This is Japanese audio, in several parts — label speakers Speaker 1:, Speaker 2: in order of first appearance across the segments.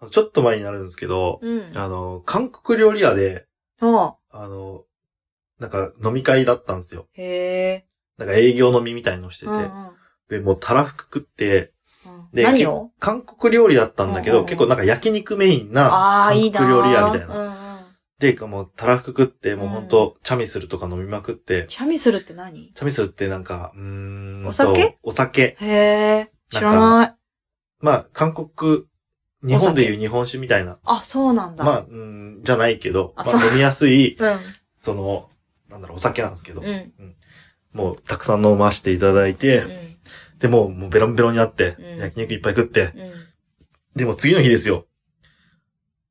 Speaker 1: あのちょっと前になるんですけど、
Speaker 2: うん。
Speaker 1: あの、韓国料理屋で、
Speaker 2: はあ。
Speaker 1: あの、なんか飲み会だったんですよ。
Speaker 2: へえ。
Speaker 1: なんか営業飲みみたいのしてて。
Speaker 2: うんうん
Speaker 1: で、もうたらふく食って、
Speaker 2: うん
Speaker 1: で
Speaker 2: 何を
Speaker 1: 韓国料理だったんだけ
Speaker 2: うんう
Speaker 1: ど、
Speaker 2: んうん
Speaker 1: 結構なんか焼肉メインな
Speaker 2: ああー、
Speaker 1: 韓
Speaker 2: いいなー。
Speaker 1: 国料理屋みたいな。
Speaker 2: うんうん。
Speaker 1: で、もうたらふく食って、もうほんと、チャミスルとか飲みまくって、
Speaker 2: チャミスルって何
Speaker 1: チャミスルってなんか、うーんと
Speaker 2: お酒
Speaker 1: お酒。
Speaker 2: へえ。知ら
Speaker 1: な
Speaker 2: ない。
Speaker 1: まあ、韓国、日本でいう日本酒みたいな。
Speaker 2: あ、そうなんだ。
Speaker 1: まあ、うん、じゃないけど、
Speaker 2: あ
Speaker 1: ま
Speaker 2: そう
Speaker 1: あ飲みやすい、
Speaker 2: うん。
Speaker 1: その、なんだろう、お酒なんですけど、
Speaker 2: うん。
Speaker 1: もうたくさん飲ましていただいうて、
Speaker 2: ん。
Speaker 1: で、もう、もうベロンベロンになって、
Speaker 2: うん
Speaker 1: 焼肉いっぱい食って、
Speaker 2: うん。
Speaker 1: でも次の日ですよ。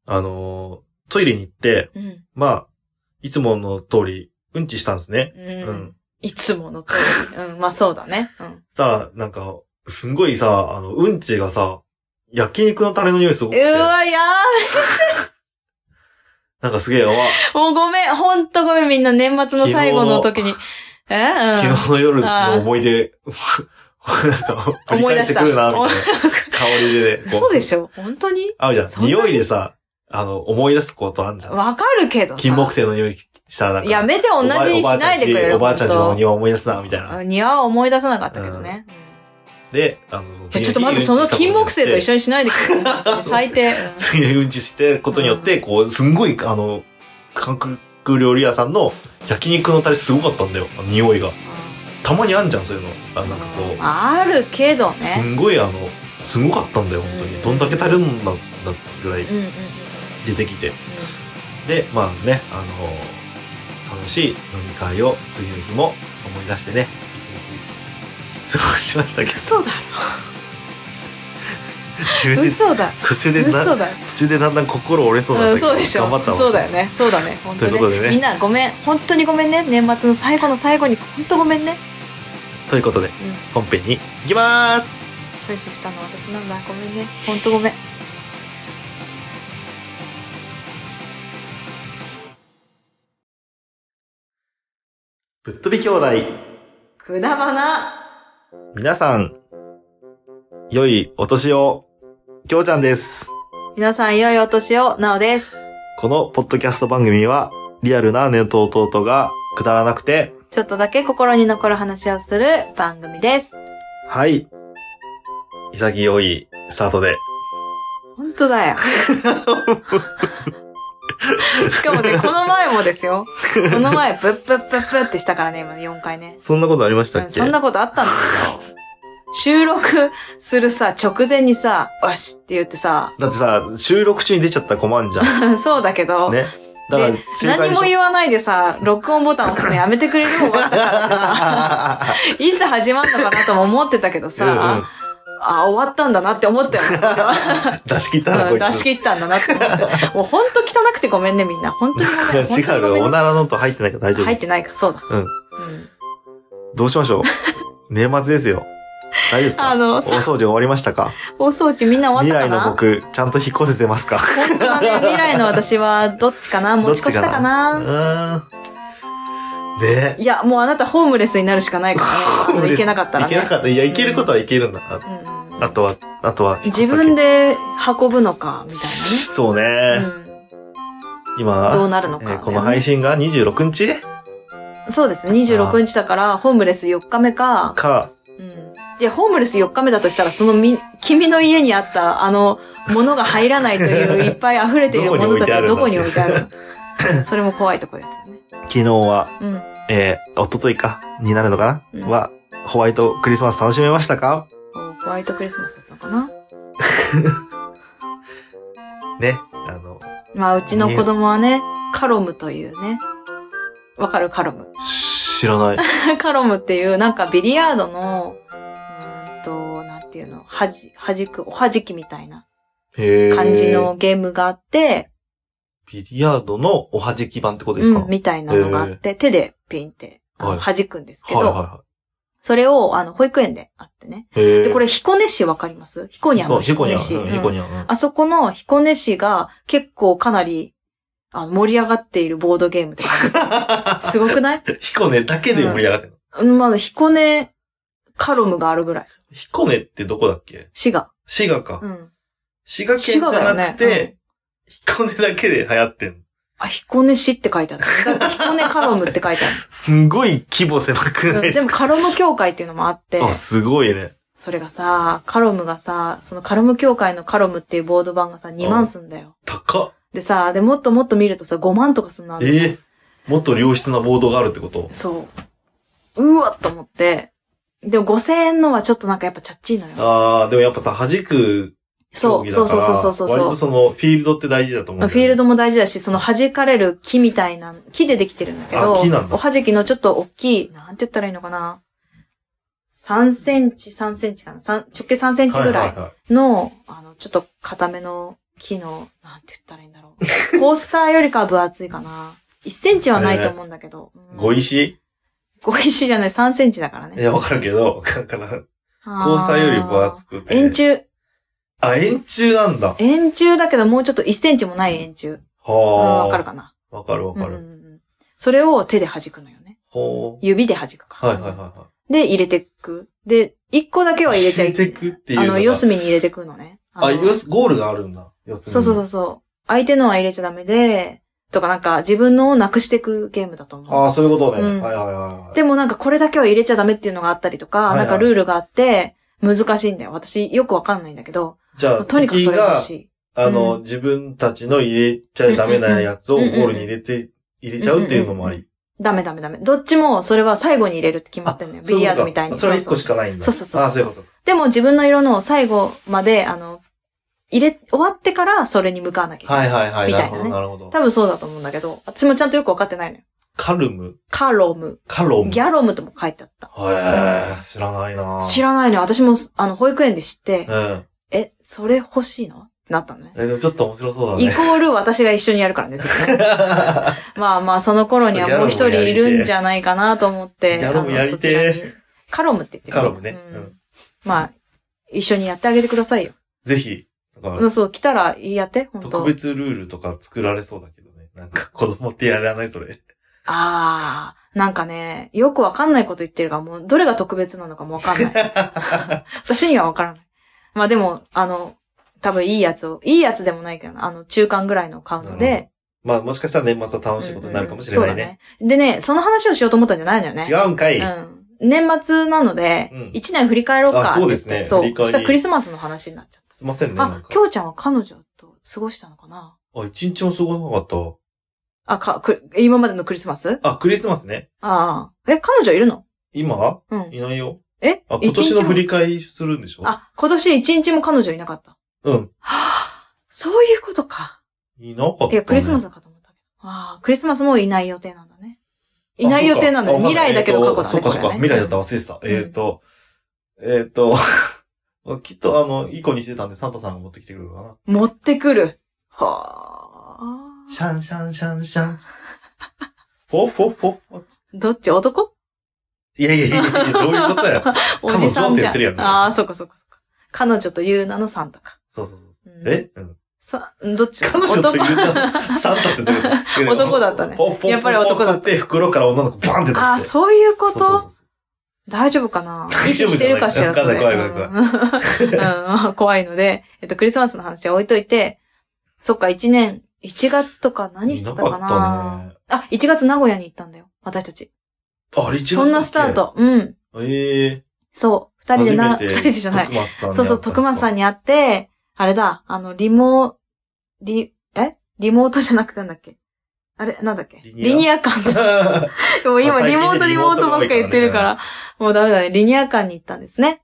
Speaker 1: あのートイレに行って、
Speaker 2: うん。
Speaker 1: まあ、いつもの通り、うんちしたんですね。
Speaker 2: うん。
Speaker 1: うん
Speaker 2: いつもの通り。うん。まあそうだね。うん。
Speaker 1: さあ、なんか、すんごいさ、あの、うんちがさ、焼肉のタレの匂 いすごく
Speaker 2: う
Speaker 1: て、
Speaker 2: わ、や
Speaker 1: なんかすげえ、わ、
Speaker 2: ーもうごめん。ほんとごめん。みんな年末の最後の時に。えうん
Speaker 1: 昨。日の夜
Speaker 2: あ
Speaker 1: の
Speaker 2: ー
Speaker 1: 思い出、なんか、 振り
Speaker 2: 思
Speaker 1: 返
Speaker 2: い出
Speaker 1: して
Speaker 2: し
Speaker 1: く
Speaker 2: た。
Speaker 1: るな、みたいな。
Speaker 2: 嘘
Speaker 1: 香りでね。
Speaker 2: でし
Speaker 1: ょ。
Speaker 2: ょ本当に
Speaker 1: あるじゃん。
Speaker 2: そんなに
Speaker 1: 匂いでさ、あの、思い出すことあんじゃん。
Speaker 2: わかるけどさ。
Speaker 1: 金木犀の匂いしたらなんか。
Speaker 2: やめて同じにしないでくれる。
Speaker 1: おばあちゃんちおばあちゃんちのお
Speaker 2: 本
Speaker 1: 庭思い出すな、みたい
Speaker 2: 当
Speaker 1: な。
Speaker 2: うん庭は思い出さなかったけどね。うん
Speaker 1: で、あの、その
Speaker 2: じゃあちょっと待って、その金木犀と
Speaker 1: に。
Speaker 2: 一緒にしないでくれる。最低。うん
Speaker 1: 次の日うんちしてことによって、こう、すんごい、あの、韓国料理屋さんの焼肉のタレすごかったんだよ。あの匂いが。たまにあんじゃん、そういうの。あなんかこう。
Speaker 2: あるけど
Speaker 1: す
Speaker 2: ね。
Speaker 1: んごいあのすごかったんだよ本当
Speaker 2: う
Speaker 1: に
Speaker 2: ん
Speaker 1: どんだけタレ飲んだんだぐらい
Speaker 2: うんうんうんうん
Speaker 1: 出てきてでまあねあの楽しい飲み会を次の日も思い出してね一日過ごしま したけど
Speaker 2: 嘘だ
Speaker 1: 途中
Speaker 2: ろ。
Speaker 1: で
Speaker 2: 嘘だ。
Speaker 1: 途中でな
Speaker 2: 嘘
Speaker 1: 途
Speaker 2: だ。
Speaker 1: 中でだんだん心折れそうだっ
Speaker 2: う
Speaker 1: た
Speaker 2: ん、
Speaker 1: けど
Speaker 2: そうでしょ
Speaker 1: 頑張ったわ
Speaker 2: そうだよねそうだね本
Speaker 1: と
Speaker 2: 当
Speaker 1: いうことでね
Speaker 2: ねみんなごめん本当にごめんね年末の最後の最後に本当ごめんね
Speaker 1: ということで本編に行きまーす
Speaker 2: チョイスしたの私なんだごめんね本当ごめん
Speaker 1: ぶっ飛び兄弟
Speaker 2: くだばな
Speaker 1: 皆さん良いお年をきょうちゃんです
Speaker 2: 皆さん良いお年をなおです
Speaker 1: このポッドキャスト番組は、リアルな姉と弟がくだらなくて、
Speaker 2: ちょっとだけ心に残る話をする番組です
Speaker 1: はい。潔いスタートで。
Speaker 2: 本 当だよしかもねこの前もですよこの前ブッブッブッブッってしたからね今4回ね
Speaker 1: そんなことありましたっ
Speaker 2: うん
Speaker 1: け
Speaker 2: そんなことあったんですよ。収録するさ、直前にさ、よしって言ってさ、
Speaker 1: だってさ、収録中に出ちゃったら困んじゃん。
Speaker 2: そうだけど、
Speaker 1: ね。だから、追加
Speaker 2: 何
Speaker 1: にし
Speaker 2: も言わないでさ、録音ボタン押すのやめ てくれる終わったからってさ、いつ始まんのかなとも思ってたけ どさ、あ、終わったんだなって思ったよね。私は
Speaker 1: うんうん、 出し切ったな、
Speaker 2: う
Speaker 1: こ
Speaker 2: ん
Speaker 1: いつ。
Speaker 2: 出し切ったんだなって思って。もうほんと汚くてごめんね、みんな。本当にごめん。
Speaker 1: 違う
Speaker 2: 本当にごめ
Speaker 1: よ、
Speaker 2: ん
Speaker 1: お
Speaker 2: ね
Speaker 1: ならの音入ってないから大丈夫で
Speaker 2: 入
Speaker 1: す。
Speaker 2: ってないか、そうだ。
Speaker 1: うん
Speaker 2: うん
Speaker 1: どうしましょう 年末ですよ。大丈夫ですか
Speaker 2: あの
Speaker 1: 大
Speaker 2: さ
Speaker 1: 掃除終わりましたか
Speaker 2: 放送値みんな終
Speaker 1: 未
Speaker 2: わっ
Speaker 1: 来
Speaker 2: たかな
Speaker 1: の僕、ちゃんと引っ越せてますか
Speaker 2: 本当はね、未来の私はどっち かな持ち越したかな
Speaker 1: うーん。ね
Speaker 2: いや、もうあなたホームレスになるしかないからね。あの、いけなかったら
Speaker 1: いけな
Speaker 2: ね。
Speaker 1: かった。いや、いけることはいけるんだ。あ
Speaker 2: うん
Speaker 1: あとは、あとは。
Speaker 2: 自分。で運ぶのか、みたい
Speaker 1: そう
Speaker 2: な
Speaker 1: ね。
Speaker 2: ね。うん
Speaker 1: 今、
Speaker 2: どうなるの
Speaker 1: え
Speaker 2: か。
Speaker 1: ーこの配信が26日
Speaker 2: そうです。26日だから、ホームレス4日目か。
Speaker 1: か。
Speaker 2: うん。で、ホームレス4日目だとしたら、そのみ、君の家にあった、あの、ものが入らないという、いっぱい溢れているものたちは
Speaker 1: ど
Speaker 2: ど
Speaker 1: こ
Speaker 2: こ
Speaker 1: に
Speaker 2: に
Speaker 1: 置
Speaker 2: 置
Speaker 1: い
Speaker 2: い
Speaker 1: て
Speaker 2: て
Speaker 1: あ
Speaker 2: あ
Speaker 1: る
Speaker 2: る のそれも怖いとこですよね。
Speaker 1: 昨日は、
Speaker 2: うん。
Speaker 1: えー、おとといか、になるのかな、
Speaker 2: うん
Speaker 1: は、ホワイトクリスマス楽しめましたか
Speaker 2: おホワイトクリスマスだったのかな
Speaker 1: ね。あの、
Speaker 2: まあ、うちの子供はね、カロムというね。わかるカロム。
Speaker 1: し知らない。
Speaker 2: カロムっていう、なんかビリヤードの、うーんと、なんていうの、はじ、はじく、おはじきみたいな
Speaker 1: へー
Speaker 2: 感じの。ゲームがあって、
Speaker 1: ビリヤードのおはじき版ってことですか、
Speaker 2: うん、みたいなのがあって、手でピンって、
Speaker 1: はい
Speaker 2: はじくんですけど、
Speaker 1: はいは
Speaker 2: それを、あの、保育園であってね。
Speaker 1: いはい。へー
Speaker 2: で、こ、れ、彦根市わかります彦根
Speaker 1: ヒ
Speaker 2: あ
Speaker 1: コ
Speaker 2: の
Speaker 1: ヒコニャン。
Speaker 2: 市。
Speaker 1: うんヒ
Speaker 2: う
Speaker 1: コ
Speaker 2: ん
Speaker 1: ニャンうん。
Speaker 2: あそこの彦根市が結構かなり、あの盛り上がっているボードゲームって感じで す。すごくない
Speaker 1: ヒコネだけで盛り上がってるの。
Speaker 2: うんまだ彦根カロムがあるぐらい。
Speaker 1: ヒコネってどこだっけ
Speaker 2: 市が。
Speaker 1: 滋賀か。
Speaker 2: うん。
Speaker 1: 滋賀県じゃなく
Speaker 2: 滋賀だよ
Speaker 1: て、彦根だけで流行ってんの。
Speaker 2: あ、彦根市って書いてある。だから彦根カロムって書いてある。
Speaker 1: すんごい規模狭く
Speaker 2: う
Speaker 1: なんいで
Speaker 2: ですも
Speaker 1: か、
Speaker 2: カロム協会っていうのもあって、
Speaker 1: あ、すごいね。
Speaker 2: それがさ、カロムがさ、そのカロム協会のカロムっていうボード版がさ、2万すんだよ。
Speaker 1: 高っ。
Speaker 2: でさ、で、もっともっと見るとさ、5万とかすんのあんの
Speaker 1: ええもっと良質なボードがあるってこと
Speaker 2: そう。うわっと思って。でも5000円のはちょっとなんかやっぱチャッチーのよ。
Speaker 1: ああ、でもやっぱさ、弾く競
Speaker 2: そう、
Speaker 1: 技
Speaker 2: そ
Speaker 1: だ
Speaker 2: う
Speaker 1: か
Speaker 2: そう
Speaker 1: ら、
Speaker 2: そうそうそう
Speaker 1: 割とその、フィールドって大事だと思うんだよね。
Speaker 2: フィールドも大事だし、その弾かれる木みたいな、木でできてるんだけど
Speaker 1: あ木なん、だ
Speaker 2: おはじきのちょっと大きい、なんて言ったらいいのかな。3センチ、3センチかな。三直径3センチぐらい
Speaker 1: は
Speaker 2: の、あの、ちょっと固めの木の、なんて言ったらいいんだろう。コースターよりかは分厚いかな。1センチはないと思うんだけど。うん
Speaker 1: ご石
Speaker 2: ご石じゃない、3センチだからね。
Speaker 1: いや、わかるけど、 だから、
Speaker 2: 交
Speaker 1: 交差より分厚くて。
Speaker 2: 円。柱。
Speaker 1: あ、円柱なんだ。
Speaker 2: 円柱だけどもうちょっと1センチもない円柱。
Speaker 1: はあ。
Speaker 2: わかる。かな
Speaker 1: わかるわか
Speaker 2: うん
Speaker 1: る。
Speaker 2: うんうんそれを手で弾くのよね。
Speaker 1: ほう。
Speaker 2: 指で弾くか。
Speaker 1: はいはいはいは
Speaker 2: で、入れてく。で、1個だけは入れちゃい
Speaker 1: 入れてくっていう
Speaker 2: あ
Speaker 1: のが
Speaker 2: の、四隅に入れてくのね。
Speaker 1: い。あ、
Speaker 2: の
Speaker 1: よす、ゴールがあるんだ。よす。
Speaker 2: そうそうそうそう。相手のは入れちゃダメで、とかなんか自分のをなくしていくゲームだと思う。
Speaker 1: ああ、そういうことね。
Speaker 2: うん
Speaker 1: はいはいはいはい。
Speaker 2: でもなんかこれだけは入れちゃダメっていうのがあったりとか、
Speaker 1: はいは
Speaker 2: ないんかルールがあって、難しいんだよ。私よくわかんないんだけど、
Speaker 1: じゃあ、
Speaker 2: とにかくそれが欲し
Speaker 1: 敵
Speaker 2: い。
Speaker 1: が、あの、
Speaker 2: うん
Speaker 1: 自分たちの入れちゃダメなやつを
Speaker 2: う
Speaker 1: ゴ
Speaker 2: んうんうん
Speaker 1: ールに入れて、入れちゃうっていうのもあ
Speaker 2: うん
Speaker 1: り。
Speaker 2: ダメダメダメ。どっちもそれは最後に入れるって決まってんのよ。ビリヤードみたいに。
Speaker 1: それは一
Speaker 2: そう
Speaker 1: 個
Speaker 2: そう
Speaker 1: しかないんだ。
Speaker 2: そうそうそうそう
Speaker 1: あ、そういうことか。
Speaker 2: でも自分の色のを最後まで、あの、入れ、終わってからそれに向かわなきゃいけない。
Speaker 1: はいはいはい。
Speaker 2: み
Speaker 1: な
Speaker 2: た
Speaker 1: る
Speaker 2: いな
Speaker 1: ほ
Speaker 2: ね
Speaker 1: ど、なるほど。
Speaker 2: 多分そうだと思うんだけど、私もちゃんとよくわかってないのよ。
Speaker 1: カルム
Speaker 2: カロム、
Speaker 1: カロム
Speaker 2: ギャロムとも書いてあった。
Speaker 1: へえ、知らないな
Speaker 2: 知らないのよ。私も、あの、保育園で知って、
Speaker 1: うん。
Speaker 2: え、それ欲しいのってなったのね。
Speaker 1: え、でもちょっと面白そうだ
Speaker 2: イ
Speaker 1: ね。
Speaker 2: コール私が一緒にやるからね、ずっとね。まあまあ、その頃にはもう一人いるんじゃないかなと思って。
Speaker 1: ギャロムやりてえ
Speaker 2: あのそちらにカロムって言ってる。
Speaker 1: カロムね
Speaker 2: うん
Speaker 1: うん
Speaker 2: まあ、一緒にやってあげてくださいよ。
Speaker 1: ぜひ、なん
Speaker 2: う
Speaker 1: か
Speaker 2: ん、そう、来たらやって、本
Speaker 1: 特
Speaker 2: 当
Speaker 1: 別ルールとか作られそうだけどね。なんか子供ってやらないそれ。
Speaker 2: ああ、なんかね、よくわかんないこと言ってるから、もう、どれが特別なのかもわか んない。私にはわからない。まあでも、あの、多分いいやつを、いいやつでもないけどな、あの、中間ぐらいのを買うので。
Speaker 1: まあもしかしたら年末は楽しいことになるかもしれ
Speaker 2: うんうん
Speaker 1: な
Speaker 2: そ
Speaker 1: いう
Speaker 2: だ
Speaker 1: ね。
Speaker 2: ね。でね、その話をしようと思ったんじゃないのよね。
Speaker 1: 違うんかい。
Speaker 2: うん。年末なので
Speaker 1: うん、
Speaker 2: 一、年振り返ろうかって
Speaker 1: あ
Speaker 2: 言って。
Speaker 1: そうですね
Speaker 2: そう。
Speaker 1: 振り返
Speaker 2: そ
Speaker 1: り
Speaker 2: したらクリスマスの話になっちゃっ
Speaker 1: すいませんね。
Speaker 2: た。
Speaker 1: な
Speaker 2: あ
Speaker 1: ん、か
Speaker 2: きょうちゃんは彼女と過ごしたのかな
Speaker 1: あ、一日も過ごさなかっ
Speaker 2: あ、か、く今までのクリスマス
Speaker 1: た。あ、クリスマスね。
Speaker 2: ああ。え、彼女いるの
Speaker 1: 今
Speaker 2: うん。
Speaker 1: いないよ。
Speaker 2: え
Speaker 1: あ、今年
Speaker 2: 一日
Speaker 1: の
Speaker 2: も
Speaker 1: 振り返りするんでしょ
Speaker 2: あ、今年一日も彼女いなかった。
Speaker 1: うん。
Speaker 2: そういうことか。
Speaker 1: いなかった、ね。
Speaker 2: いや、クリスマスかと思ったけど。ああ、クリスマスもいない予定なんだね。いない予定なんだね。
Speaker 1: あそうか
Speaker 2: 未来だけど過去だね。
Speaker 1: えーとそっかそっか、
Speaker 2: これね
Speaker 1: 未来だった忘れてた。えっ、と、えっ、と、 きっとあの、いい子にしてたんでサンタさんが持ってきてくれるかな。
Speaker 2: 持ってくる。はあ。
Speaker 1: シャンシャンシャンシャン。ほほほほ。
Speaker 2: どっち男
Speaker 1: いやいやいやいや、どういうことや。
Speaker 2: おじさんじ
Speaker 1: 彼女って言
Speaker 2: ゃ
Speaker 1: ってるやん
Speaker 2: ん。ああ、そっかそっかそっか。彼女という名のサンタか。
Speaker 1: そうそうそう。
Speaker 2: うん
Speaker 1: え、うん、
Speaker 2: さ、どっち
Speaker 1: 彼女と言う
Speaker 2: 男
Speaker 1: たサンタってどういうこと違う
Speaker 2: 男だったね
Speaker 1: ほほほ
Speaker 2: やっぱり男だった
Speaker 1: つって袋から女の子バンって出して。
Speaker 2: ああ、そういうこと
Speaker 1: そうそうそう
Speaker 2: 大丈夫かな意
Speaker 1: 大丈
Speaker 2: 識
Speaker 1: 夫じゃない
Speaker 2: してるかしら、それ。
Speaker 1: わかんない怖い
Speaker 2: うんうん怖いので、えっと、クリスマスの話は置いといて、そっか、1年、1月とか何してたかな
Speaker 1: なか
Speaker 2: あ、1月名古屋に行ったんだよ。私たち。
Speaker 1: あれ一
Speaker 2: そんなスター。ト。うん。
Speaker 1: ええー。
Speaker 2: そう。二人でな、
Speaker 1: 初め
Speaker 2: 二
Speaker 1: て
Speaker 2: 人でじゃない。
Speaker 1: 徳松さんに会った
Speaker 2: そうそう、徳 松さんに会って、あれだ、あの、リモ、リ、えリモートじゃなくてなんだっけあれ、なんだっけ
Speaker 1: リニア
Speaker 2: リニア 感だ。もう
Speaker 1: まあ
Speaker 2: 今、
Speaker 1: 最
Speaker 2: リ
Speaker 1: 近ね
Speaker 2: モートリモートばっか言ってるから、もうダメだね。リニア館に行ったんですね。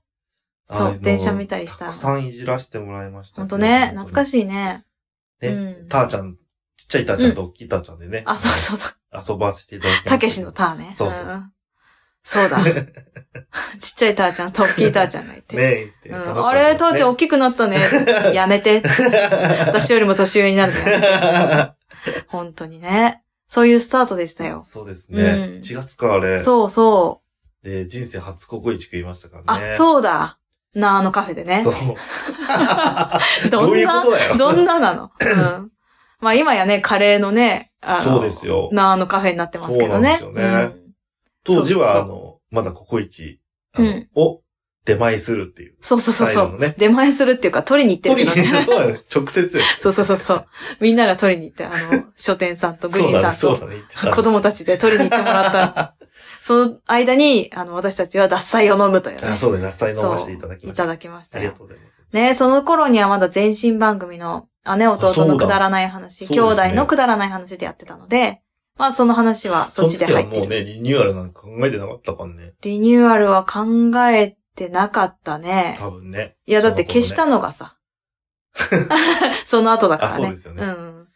Speaker 2: そ
Speaker 1: あの
Speaker 2: う、電車見たりした
Speaker 1: たくさんいじらせてもらいました。
Speaker 2: ほんとね、懐か
Speaker 1: しい。
Speaker 2: しいね。
Speaker 1: ね
Speaker 2: うん
Speaker 1: ターちゃん、ちっちゃいターちゃんと大きいターちゃんでね。
Speaker 2: あ、そうそうだ。
Speaker 1: 遊ばせていただきました
Speaker 2: けしのターね。
Speaker 1: そうそうそうん
Speaker 2: そうだ。 ちっちゃいターちゃんと大きいターちゃんがいて。
Speaker 1: ねえ、
Speaker 2: うん、あれ、ターちゃん大
Speaker 1: き
Speaker 2: きくなっ たね。やめて。私よりも年上になるね。本当にね。そういうスタートでしたよ。
Speaker 1: そうです
Speaker 2: う
Speaker 1: ね。
Speaker 2: ん
Speaker 1: 1月か、あれ。
Speaker 2: そうそ
Speaker 1: で、人生初ココイチ食いましたか
Speaker 2: う。
Speaker 1: ら
Speaker 2: あ、
Speaker 1: ね。
Speaker 2: そうだ。なあのカフェでね
Speaker 1: そう。。ど
Speaker 2: ど
Speaker 1: うい
Speaker 2: ん
Speaker 1: う
Speaker 2: な
Speaker 1: こ、とだよ。
Speaker 2: どんななの。うん。まあ今やね、カレーのね、あの
Speaker 1: そうですよ
Speaker 2: なあのカフェになってますけどね。
Speaker 1: そうなんですよね
Speaker 2: うん
Speaker 1: 当時
Speaker 2: そう
Speaker 1: は、
Speaker 2: そ
Speaker 1: あ
Speaker 2: う
Speaker 1: の、まだココイチあの
Speaker 2: うん
Speaker 1: を出前するっていう。
Speaker 2: そうそうそうそ
Speaker 1: 最後の
Speaker 2: う、
Speaker 1: ね
Speaker 2: 出前するっていうか、取りに行ってる
Speaker 1: 取
Speaker 2: け
Speaker 1: り
Speaker 2: ど
Speaker 1: に
Speaker 2: ね。
Speaker 1: そうだね。直接よ。
Speaker 2: そうそうそうそう。みんなが取りに行って、あの、書店さんとグリ
Speaker 1: そう
Speaker 2: ーン
Speaker 1: だ
Speaker 2: さ
Speaker 1: ね、そ
Speaker 2: ん
Speaker 1: う
Speaker 2: と、
Speaker 1: だね。言ってたね
Speaker 2: 子供たちで取りに行ってもらった。その間に、あの、私たちは脱菜を飲むというね
Speaker 1: あ、そうだね。なさい飲ませていただきま
Speaker 2: い
Speaker 1: した。
Speaker 2: ただきまし
Speaker 1: あ
Speaker 2: た
Speaker 1: りが
Speaker 2: よ。
Speaker 1: とうございます。
Speaker 2: ねその頃にはまだ前身番組の姉弟のくだらない話、
Speaker 1: あそう
Speaker 2: 兄
Speaker 1: だそうですね
Speaker 2: 弟のくだらない話でやってたので、まあその話はそっちで入っ
Speaker 1: その時は
Speaker 2: て
Speaker 1: もう
Speaker 2: る。
Speaker 1: ね、リニューアルなんか考えてなかったからね。
Speaker 2: リニューアルは考えてなかったね。
Speaker 1: 多分ね。
Speaker 2: いやだって消したのがさ。 その後だからね。
Speaker 1: あそうですよね
Speaker 2: ん。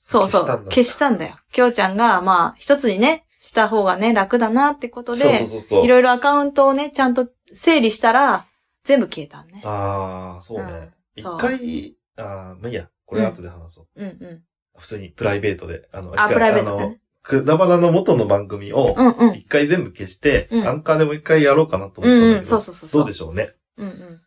Speaker 2: そうそう。
Speaker 1: 消したんだ
Speaker 2: 消したんだよ。きょうちゃんが、まあ、一つにね、した方がね、楽だなってことで、
Speaker 1: そうそうそうそう。
Speaker 2: いろいろアカウントをね、ちゃんと整理したら、全部消えたんね。
Speaker 1: ああ、そうね。
Speaker 2: うん
Speaker 1: 一、
Speaker 2: そう
Speaker 1: 回、ああ、まあいいや、これ後で話そう。
Speaker 2: うんうん。
Speaker 1: 普通にプライベートで。あの、
Speaker 2: あ、
Speaker 1: 違う
Speaker 2: プライベート
Speaker 1: あ
Speaker 2: で
Speaker 1: の
Speaker 2: ね。、
Speaker 1: くだばなの元の番組を
Speaker 2: う、んうん。
Speaker 1: 一回全部消して、
Speaker 2: うん
Speaker 1: アンカーでもう一回やろうかなと思ったんだけど、
Speaker 2: うんうん、そうそうそうそう。
Speaker 1: どうでしょうね。
Speaker 2: うんうん。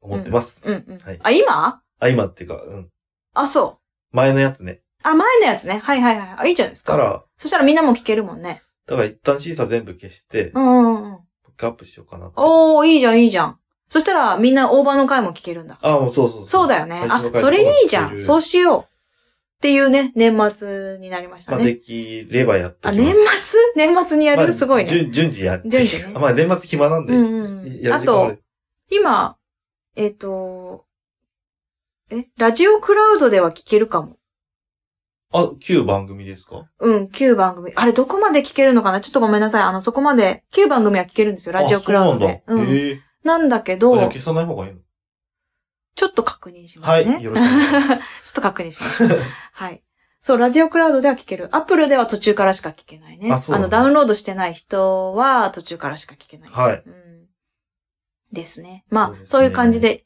Speaker 1: 思ってます。
Speaker 2: うんうん。
Speaker 1: はい
Speaker 2: あ、今
Speaker 1: あ、今っていうか、うん。
Speaker 2: あ、そう。
Speaker 1: 前のやつね。
Speaker 2: あ、前のやつね。はいはいはい。あ、いいじゃないです
Speaker 1: か
Speaker 2: か。
Speaker 1: ら、
Speaker 2: そしたらみんなも聞けるもんね。
Speaker 1: だから一旦審査全部消して、
Speaker 2: うんうんうん。
Speaker 1: ピックアップしようかなと。
Speaker 2: おー、いいじゃんいいじゃん。そしたらみんな大場の回も聞けるんだ。
Speaker 1: ああ、もうそうそうそう。
Speaker 2: そうだよね。
Speaker 1: 最
Speaker 2: あ
Speaker 1: 初の、回
Speaker 2: それいいじゃ
Speaker 1: とか
Speaker 2: ん。
Speaker 1: もしてる
Speaker 2: そうしよう。っていうね、年末になりました
Speaker 1: まあ、
Speaker 2: ね。
Speaker 1: できればやっと
Speaker 2: あ、
Speaker 1: きま
Speaker 2: 年
Speaker 1: す。
Speaker 2: 末年末にや
Speaker 1: まあ
Speaker 2: るすごいね。
Speaker 1: 順順次やって
Speaker 2: 順次ね
Speaker 1: ま あ、年末暇なんで。
Speaker 2: うんうんうん。
Speaker 1: や
Speaker 2: あ
Speaker 1: る時間る
Speaker 2: と、、今、えっと、え、ラジオクラウドでは聞けるかも。
Speaker 1: あ、旧番組ですか
Speaker 2: うん、9番組。あれ、どこまで聞けるのかなちょっとごめんなさい。あの、そこまで、9番組は聞けるんですよ。ラジオクラウドで。
Speaker 1: あそう
Speaker 2: う
Speaker 1: なんだ。
Speaker 2: ん。
Speaker 1: へえ。
Speaker 2: なんだけ
Speaker 1: あじゃあ
Speaker 2: ど、
Speaker 1: 消さない方がいいの
Speaker 2: ちょっと確認しま
Speaker 1: は
Speaker 2: すね。
Speaker 1: い。よろしくお願いします。
Speaker 2: ちょっと確認します。はい。そう、ラジオクラウドでは聞ける。アップルでは途中からしか聞けないね。
Speaker 1: あそうなんだ
Speaker 2: の、ダウンロードしてない人は途中からしか聞けない。
Speaker 1: はい。
Speaker 2: うん。ですね。まあ
Speaker 1: そうです、ね
Speaker 2: そういう感じで、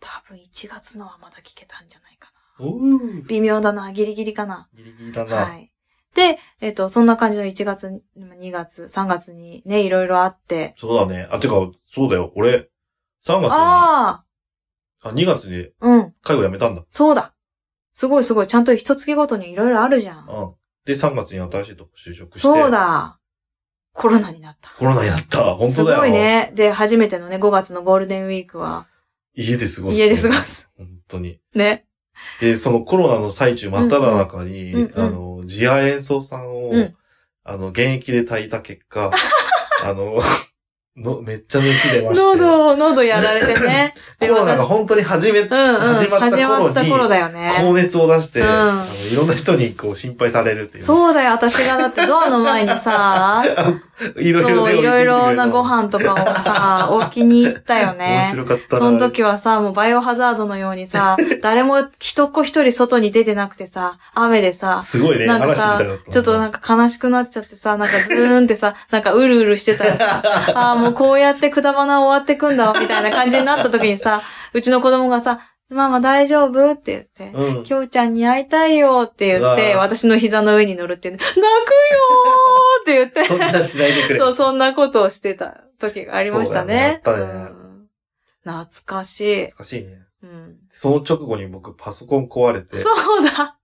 Speaker 2: 多分1月のはまだ聞けたんじゃないかな。
Speaker 1: おー。
Speaker 2: 微妙だな。ギリギリかな。
Speaker 1: ギリギリだな。
Speaker 2: はい。で、えっ、と、そんな感じの1月、2月、3月にね、いろいろあって。
Speaker 1: そうだね。あ、てか、そうだよ。俺、3月に、あ
Speaker 2: あ
Speaker 1: 2月に
Speaker 2: あ、うん、
Speaker 1: 介護辞めたんだ。
Speaker 2: そうだ。すごいすごい。ちゃんと一月ごとにいろいろあるじゃん。
Speaker 1: うん。で、3月に新しいとこ就職して。
Speaker 2: そう。だ。コロナになった。
Speaker 1: コロナやった。本
Speaker 2: す
Speaker 1: 当だよ。
Speaker 2: ごい。ね。で、初めてのね、5月のゴールデンウィークは、
Speaker 1: 家で過ごす。
Speaker 2: 家で過ご。す。
Speaker 1: 本当に。
Speaker 2: ね。
Speaker 1: で、そのコロナの最中真っ只中に、
Speaker 2: うんうんうんうん
Speaker 1: あの、ジア演奏さんを、
Speaker 2: うん
Speaker 1: あの、現役で炊いた結 果、あの、の、めっちゃ熱出まして。
Speaker 2: 喉、喉やられてね。
Speaker 1: コロナが本当に初め、
Speaker 2: うんうん。
Speaker 1: 始まった頃に
Speaker 2: 始まった頃だよね。
Speaker 1: 高熱を出して、
Speaker 2: うん
Speaker 1: あのいろんな人にこう心配されるっていう。
Speaker 2: そうだよ。私がだってドアの前にさ、
Speaker 1: いろいろ
Speaker 2: そ
Speaker 1: ね
Speaker 2: う、いろいろなご
Speaker 1: 置
Speaker 2: 飯とかも さ、置きに行ったよ
Speaker 1: いてきてくれた面
Speaker 2: ね。
Speaker 1: 白かったな。
Speaker 2: その時はさ、もうバイオハザードのように さ、誰も一っ子一人外に出てなくてさ、雨でさ、
Speaker 1: すごいね、
Speaker 2: なん
Speaker 1: 嵐
Speaker 2: か
Speaker 1: み
Speaker 2: さ
Speaker 1: たいだった。
Speaker 2: ちょっとなんか悲しくなっちゃってさ、なんかズーンってさ、なんかうるうるしてたらさ、ああ、もうこうやってくだばな終わってくんだわ、みたいな感じになった時にさ、うちの子供がさ、ママ大丈夫って言って、
Speaker 1: うん。
Speaker 2: きょうちゃんに会いたいよって言
Speaker 1: う
Speaker 2: っ
Speaker 1: わ
Speaker 2: て、
Speaker 1: ー
Speaker 2: 私の膝の上に乗るっていうね泣くよーって言って。
Speaker 1: そんなしないでくれ。
Speaker 2: そう、そんなことをしてた時がありましたね。
Speaker 1: そうだねあったね
Speaker 2: うん懐かしい。
Speaker 1: 難しいね。
Speaker 2: うん、
Speaker 1: その直後に僕パソコン壊れて。
Speaker 2: そ うだ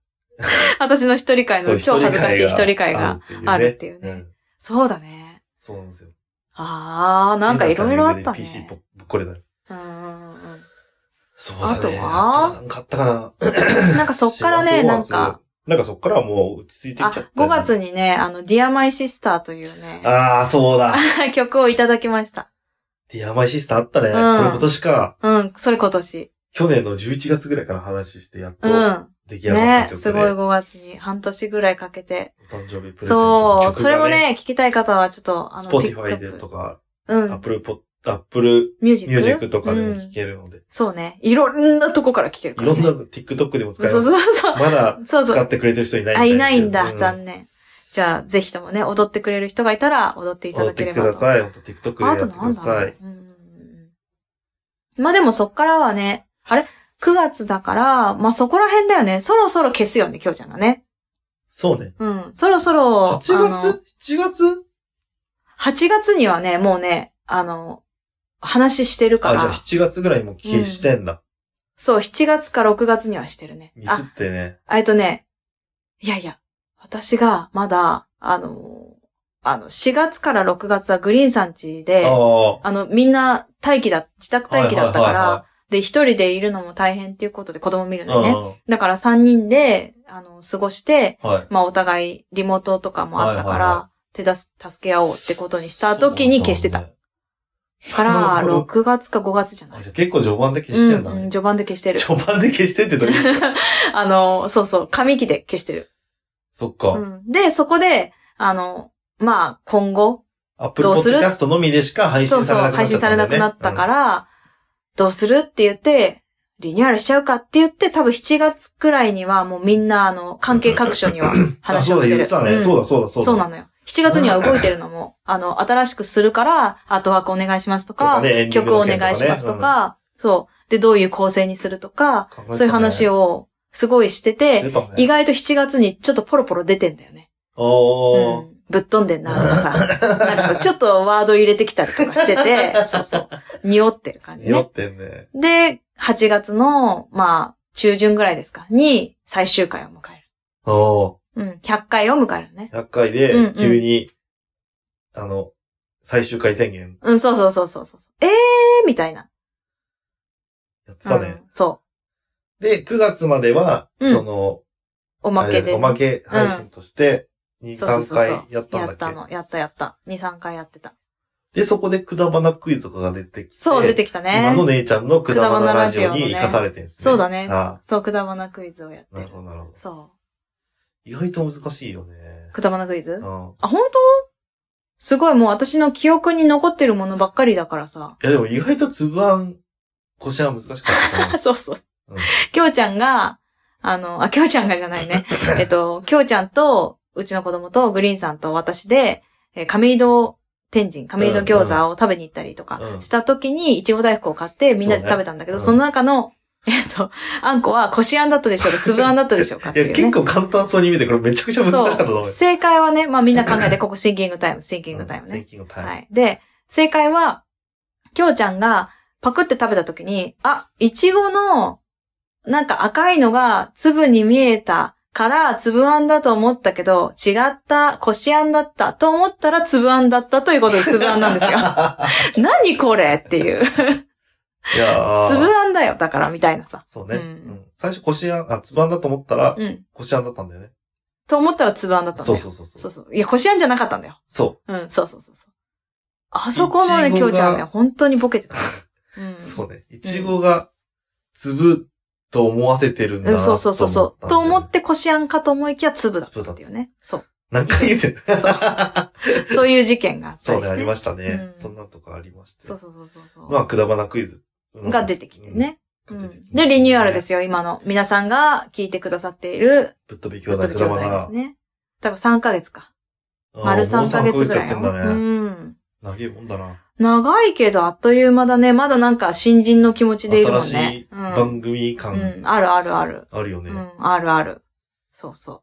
Speaker 2: 私の一人会
Speaker 1: そう
Speaker 2: の超恥ずかしい一人会が。あるっていうね
Speaker 1: ん
Speaker 2: そうだね。
Speaker 1: そうなんですよ。
Speaker 2: あー、なんかいろいろあったね。
Speaker 1: PC ぶっこれだ。
Speaker 2: うんうんうん
Speaker 1: そうだね。
Speaker 2: あとは
Speaker 1: あとなんかあったかな。
Speaker 2: なんかそっから
Speaker 1: 幸
Speaker 2: ね、
Speaker 1: せ
Speaker 2: な
Speaker 1: 5
Speaker 2: ん
Speaker 1: 月
Speaker 2: か、。
Speaker 1: なんかそっからはもう落ち着いてきちゃ
Speaker 2: あ
Speaker 1: ったよね、
Speaker 2: 5月にね、あの、Dear My Sister というね、
Speaker 1: ああ、そうだ。
Speaker 2: 曲をいただきました。
Speaker 1: ディアマイシスターあったね。
Speaker 2: ん
Speaker 1: これ今年か。
Speaker 2: うん、それ今年。
Speaker 1: 去年の11月ぐらいから話してやっと
Speaker 2: うん。
Speaker 1: 出来上がっ
Speaker 2: ね
Speaker 1: た、曲
Speaker 2: す
Speaker 1: で。
Speaker 2: ごい5月に、半年ぐらいかけて。
Speaker 1: お誕生日プレゼントの曲
Speaker 2: そ
Speaker 1: が
Speaker 2: う、それも、ね、聞きたい方はちょっと、あの、
Speaker 1: Spotify
Speaker 2: ピッ
Speaker 1: で
Speaker 2: クアップ
Speaker 1: とか、
Speaker 2: う
Speaker 1: Apple Pod、Apple
Speaker 2: ミュージック。
Speaker 1: Music とかでも
Speaker 2: う
Speaker 1: 聴
Speaker 2: ん
Speaker 1: けるので、
Speaker 2: そうね。いろんなとこから聞けるか
Speaker 1: い
Speaker 2: ら、
Speaker 1: ろ
Speaker 2: ね。
Speaker 1: んなの TikTok でも使え
Speaker 2: そう
Speaker 1: ます。
Speaker 2: そうそう。
Speaker 1: まだ
Speaker 2: そうそ
Speaker 1: 使っ
Speaker 2: う。
Speaker 1: てくれてる人いない
Speaker 2: あ、いないんだ。
Speaker 1: う
Speaker 2: 残念。じゃあ、ぜひともね、踊ってくれる人がいたら、踊っていた
Speaker 1: 踊
Speaker 2: だ
Speaker 1: っ
Speaker 2: け
Speaker 1: て
Speaker 2: れ
Speaker 1: く
Speaker 2: ば
Speaker 1: だ
Speaker 2: と。
Speaker 1: さい。本当 TikTok でや
Speaker 2: あ
Speaker 1: って
Speaker 2: と
Speaker 1: く
Speaker 2: なん
Speaker 1: だ
Speaker 2: だろ
Speaker 1: さ
Speaker 2: う
Speaker 1: い。。
Speaker 2: うんうんうんまあでもそっからはね、あれ ?9 月だから、まあそこら辺だよね。そろそろ消すよね、きょうちゃんがね。
Speaker 1: そうね。
Speaker 2: うん。そろそ
Speaker 1: 8
Speaker 2: ろ、
Speaker 1: 月
Speaker 2: あの
Speaker 1: ?7 月
Speaker 2: ?8 月にはね、もうね、あの、話してるか
Speaker 1: あ、じゃあ
Speaker 2: ら。
Speaker 1: 7月ぐらいにもう消してんだ。
Speaker 2: そう、7月か6月にはしてるね。
Speaker 1: ミス
Speaker 2: あ
Speaker 1: ってね。
Speaker 2: えっとね、いやいや、私がまだ、あのあの、4月から6月はグリーンさん家で、
Speaker 1: あ
Speaker 2: あの、みんな待機だ、自宅
Speaker 1: あ。
Speaker 2: 待機だったから、
Speaker 1: はいは
Speaker 2: で、一人でいるのも大変っていうことで子供見る
Speaker 1: いは
Speaker 2: の
Speaker 1: い
Speaker 2: ね。だから3人で、あの、過ごして、
Speaker 1: うん。はい。
Speaker 2: まあお互いリモートとかもあったか
Speaker 1: はいはいは
Speaker 2: ら、手だす、助け合おうってことにした時に消してた。から、
Speaker 1: なるほど
Speaker 2: 6月か5月じゃな
Speaker 1: あ。
Speaker 2: い
Speaker 1: じゃあ結構序盤で消してんだ
Speaker 2: うんうん
Speaker 1: ね。
Speaker 2: 序盤で消してる。
Speaker 1: 序盤で消してってどう いうこと
Speaker 2: あの、そうそう、紙機で消してる。
Speaker 1: そっか。
Speaker 2: うん。で、そこで、あの、まあ、今後、
Speaker 1: アップルポッドキャストのみでしか配
Speaker 2: そ
Speaker 1: 信
Speaker 2: うそ
Speaker 1: され
Speaker 2: う
Speaker 1: な、くなっ
Speaker 2: 配
Speaker 1: ちゃ
Speaker 2: 信
Speaker 1: った
Speaker 2: さ
Speaker 1: ん
Speaker 2: れ
Speaker 1: だよね。。
Speaker 2: なくなったからら、どうするって言って、リニューアルしちゃうかって言って、多分7月くらいにはもうみんな、あの、関係各所には話をしてる。
Speaker 1: あそうだ言ってたね
Speaker 2: ん
Speaker 1: そうだそうだそうだ。
Speaker 2: そうなのよ。7月には動いてるの も、あの、新しくするから、アートワークお願いしますと
Speaker 1: と
Speaker 2: か、
Speaker 1: かねエンディング
Speaker 2: 曲
Speaker 1: の
Speaker 2: お
Speaker 1: 件
Speaker 2: 願
Speaker 1: とかね
Speaker 2: いしますとか、そう。で、どういう構成にするとか、
Speaker 1: 考えてたね
Speaker 2: そういう話をすごいしてて、
Speaker 1: 出たね
Speaker 2: 意外と7月にちょっとポロポロ出てんだよね。う
Speaker 1: おー。
Speaker 2: ん。ぶっ飛んでんな、とか さ。なんかさ、ちょっとワード入れてきたりとかしてて、そうそう。匂って る感じ
Speaker 1: 酔
Speaker 2: ね
Speaker 1: っ。てんね。
Speaker 2: で、8月の、まあ、中旬ぐらいですか、に最終回を迎え
Speaker 1: おー。
Speaker 2: る。うん。100回を迎えるね。
Speaker 1: 100回
Speaker 2: う
Speaker 1: で
Speaker 2: んうん、
Speaker 1: 急に、あの、最終回宣言
Speaker 2: うん、そうそうそうそうそう。えーみたいな。
Speaker 1: やってたね。
Speaker 2: うんそ
Speaker 1: で、9月までは、
Speaker 2: うん
Speaker 1: その、
Speaker 2: う。おまけ
Speaker 1: あれ
Speaker 2: で。
Speaker 1: おまけ配信として、2、
Speaker 2: そうそう
Speaker 1: 3
Speaker 2: そうそう
Speaker 1: 回やった
Speaker 2: や
Speaker 1: ん
Speaker 2: った
Speaker 1: だっ
Speaker 2: の。やったやった。2、3回やってた。
Speaker 1: けで、そこでくだばなクイズとかが出てきて、
Speaker 2: そう、出てきた
Speaker 1: 今の
Speaker 2: ね。
Speaker 1: 姉ちゃんのくだばなラジオに
Speaker 2: くだばなラジオのね
Speaker 1: 生かされてるんですね。
Speaker 2: そうだね
Speaker 1: あ
Speaker 2: そう、くだばなクイズをやっ
Speaker 1: あな
Speaker 2: て
Speaker 1: る
Speaker 2: る
Speaker 1: ほ。ど、なるほど。
Speaker 2: そ
Speaker 1: 意外と難しいよね。
Speaker 2: う。くだばなクイズ
Speaker 1: うん。
Speaker 2: あ、本当すごいもう私の記憶に残ってるものばっかりだからさ。
Speaker 1: いや、でも意外とつぶあん、こしあん難しかった
Speaker 2: あ
Speaker 1: な。
Speaker 2: そうそう
Speaker 1: うん。
Speaker 2: きょうちゃんが、あの、あ、きょうちゃんがじゃないね。えっと、きょうちゃんと、うちの子供とグリーンさんと私で、えー亀戸天神、亀戸餃子を食べに行ったりとか
Speaker 1: うん
Speaker 2: した時に、いちご大福を買ってみんなで食べたんだけど、
Speaker 1: そ
Speaker 2: そう
Speaker 1: ね
Speaker 2: の中の、 えっと、あんこはこしあんだったでしょうか、粒あんだったでしょうかって
Speaker 1: い
Speaker 2: いう、
Speaker 1: や、
Speaker 2: ね。
Speaker 1: 結構簡単そうに見て、これめちゃくちゃ難しかったと思
Speaker 2: そうう。
Speaker 1: よ。
Speaker 2: 正解はね、まあみんな考えて、ここシンキングタイム、シンキングタイム
Speaker 1: うん
Speaker 2: ね。
Speaker 1: シンキングタイム。
Speaker 2: はい。で、正解は、きょうちゃんがパクって食べた時に、あ、いちごの、なんか赤いのが粒に見えたから、粒あんだと思ったけど、違った、こしあんだったと思ったら粒あんだったということで粒あんなんですよ。何これっていう。
Speaker 1: いやー
Speaker 2: 粒あんだよ、だから、みたいなさ。
Speaker 1: そうね。
Speaker 2: うん
Speaker 1: うん最初、こしあん、あ、つばんだと思ったら、
Speaker 2: うん。
Speaker 1: こしあんだったんだよね。
Speaker 2: と思ったら粒あんだったんだ
Speaker 1: そ
Speaker 2: よ。
Speaker 1: うそうそう
Speaker 2: そ
Speaker 1: そうう。
Speaker 2: そう。いや、こしあんじゃなかったんだよ。
Speaker 1: そ
Speaker 2: うん、そうそうそうそう。あそこのね、
Speaker 1: いち
Speaker 2: き
Speaker 1: ご
Speaker 2: ょ
Speaker 1: が
Speaker 2: うちゃんね、本当にボケてた。う
Speaker 1: う。。
Speaker 2: ん
Speaker 1: そうね。いちごが、粒と思わせてるんだ
Speaker 2: う
Speaker 1: な、。
Speaker 2: ん、そうそうそうそう。と思っててこしあんかと思いきや粒だったっていうね。そう。
Speaker 1: 何回言ってる
Speaker 2: そうそういう事件があっ た
Speaker 1: そ
Speaker 2: り
Speaker 1: う
Speaker 2: し
Speaker 1: ね、
Speaker 2: て。
Speaker 1: ありましたね。
Speaker 2: うん
Speaker 1: そんなとこありまして。
Speaker 2: そうそうそうそうそう。
Speaker 1: まあ、くだばなクイズ。
Speaker 2: が出てきてね。
Speaker 1: う。
Speaker 2: うんん
Speaker 1: が出てきました
Speaker 2: で、
Speaker 1: ね
Speaker 2: リニューアルで。すよ、今の。皆さんが聞いてくださっている、
Speaker 1: ぶっ飛び兄
Speaker 2: ぶっ
Speaker 1: 弟く
Speaker 2: とび
Speaker 1: だ
Speaker 2: 兄
Speaker 1: ば
Speaker 2: 弟です
Speaker 1: な。
Speaker 2: ね。だから3ヶ月か。
Speaker 1: あー
Speaker 2: 丸3ヶ月ぐらい。
Speaker 1: もう三ヶ月やって
Speaker 2: うん
Speaker 1: だね。
Speaker 2: ん。
Speaker 1: 長いもんだな。
Speaker 2: 長いけどあっという間だね。まだなんか新人の気持ちでいるも
Speaker 1: 新
Speaker 2: ん
Speaker 1: し
Speaker 2: ね
Speaker 1: い。
Speaker 2: うん
Speaker 1: 番組感
Speaker 2: うん、あるあるある。
Speaker 1: あるよね。
Speaker 2: うん、あるある。そうそう。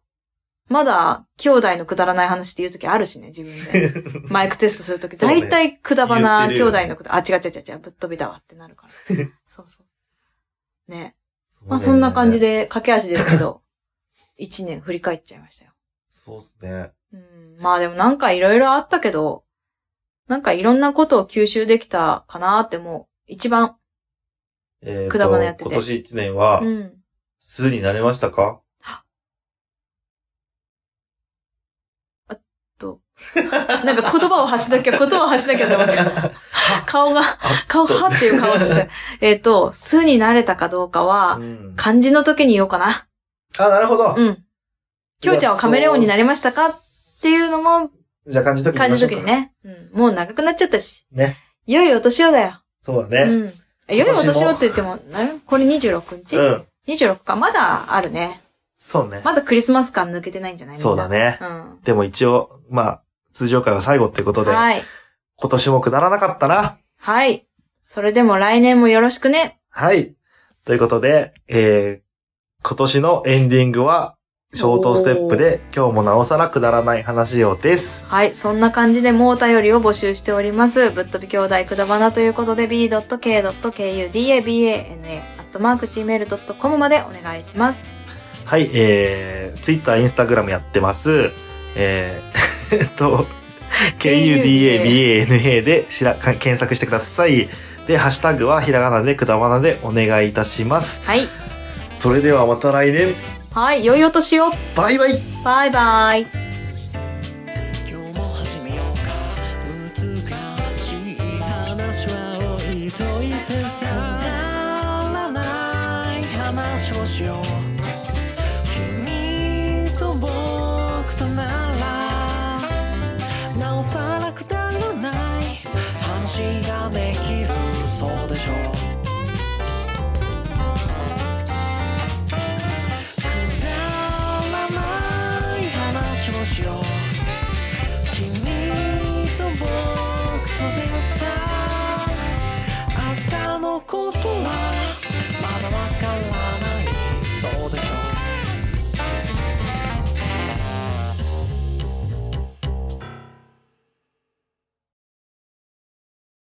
Speaker 2: まだ、兄弟のくだらない話って言うときあるしね、自分で。マイクテストするとき、
Speaker 1: そうね
Speaker 2: 大体くだばな
Speaker 1: 言って
Speaker 2: 兄
Speaker 1: るよね
Speaker 2: 弟のくだ、あ、違う違う違う違う、ぶっ飛びだわってな るから。そうそう。ね。まあそんな感じ。で、駆け足です けど、一年振り返っちゃいましたよ。
Speaker 1: そうっすね。
Speaker 2: うん、まあでもなんかいろいろあったけど、なんかいろんなことを吸収できたかなってもう、一番。
Speaker 1: えーと
Speaker 2: くだばなやってて
Speaker 1: 今年一年は
Speaker 2: う、ん。
Speaker 1: 数になれましたか
Speaker 2: なんか言葉を発しな きゃ、言葉を発しなきゃと思って。顔が、顔はっていう 顔して。えっと、素になれたかどうかは、
Speaker 1: うん
Speaker 2: 漢字の時に言おうかな。
Speaker 1: あ、なるほど。
Speaker 2: うん。きょうちゃんはカメレオンになりましたかっっていうのも、
Speaker 1: じゃあ感じとき
Speaker 2: 漢字の時に。ね。うん。もう長くなっちゃったし。
Speaker 1: ね。
Speaker 2: 良いお年をだよ。
Speaker 1: そうだ
Speaker 2: う
Speaker 1: ね。
Speaker 2: ん。え良いお年をって言っても、えこれ26日、
Speaker 1: うん。
Speaker 2: ?26 か。まだあるね。
Speaker 1: そうね。
Speaker 2: まだクリスマス感抜けてないんじゃない
Speaker 1: そうだ。ね。
Speaker 2: みんな
Speaker 1: でも一応、まあ、通常会は最後ってこ
Speaker 2: う
Speaker 1: と
Speaker 2: ん。
Speaker 1: で、
Speaker 2: はい。
Speaker 1: 今年もくだらなかったな。
Speaker 2: はい。それでも来年もよろしくね。
Speaker 1: はい。ということで、えー、今年のエンディングは、ショートステップで、今日もなおさらくだらない話をです。
Speaker 2: はい、そんな感じでもうお便りを募集しております。ぶっ飛び兄弟くだばなということで b.k.kudabana アットマーク gmail.com までお願いします。
Speaker 1: はい、えー、Twitter、Instagram やってます。えー、えっと、 KUDABANA でしらか検索してください。で、ハッシュタグはひらがなでくだばなでお願いいたします。
Speaker 2: はい。
Speaker 1: それではまた来年、
Speaker 2: はい。良いお年を。
Speaker 1: バイバイ
Speaker 2: バイバイ。
Speaker 3: 今日も始めようか難しい話は置いといてさくだらない話をしよう君と僕とならなおさらくだらない話ができるそうでしょうくだらない話をしよう君と僕とでさ明日のことはまだわからないそうです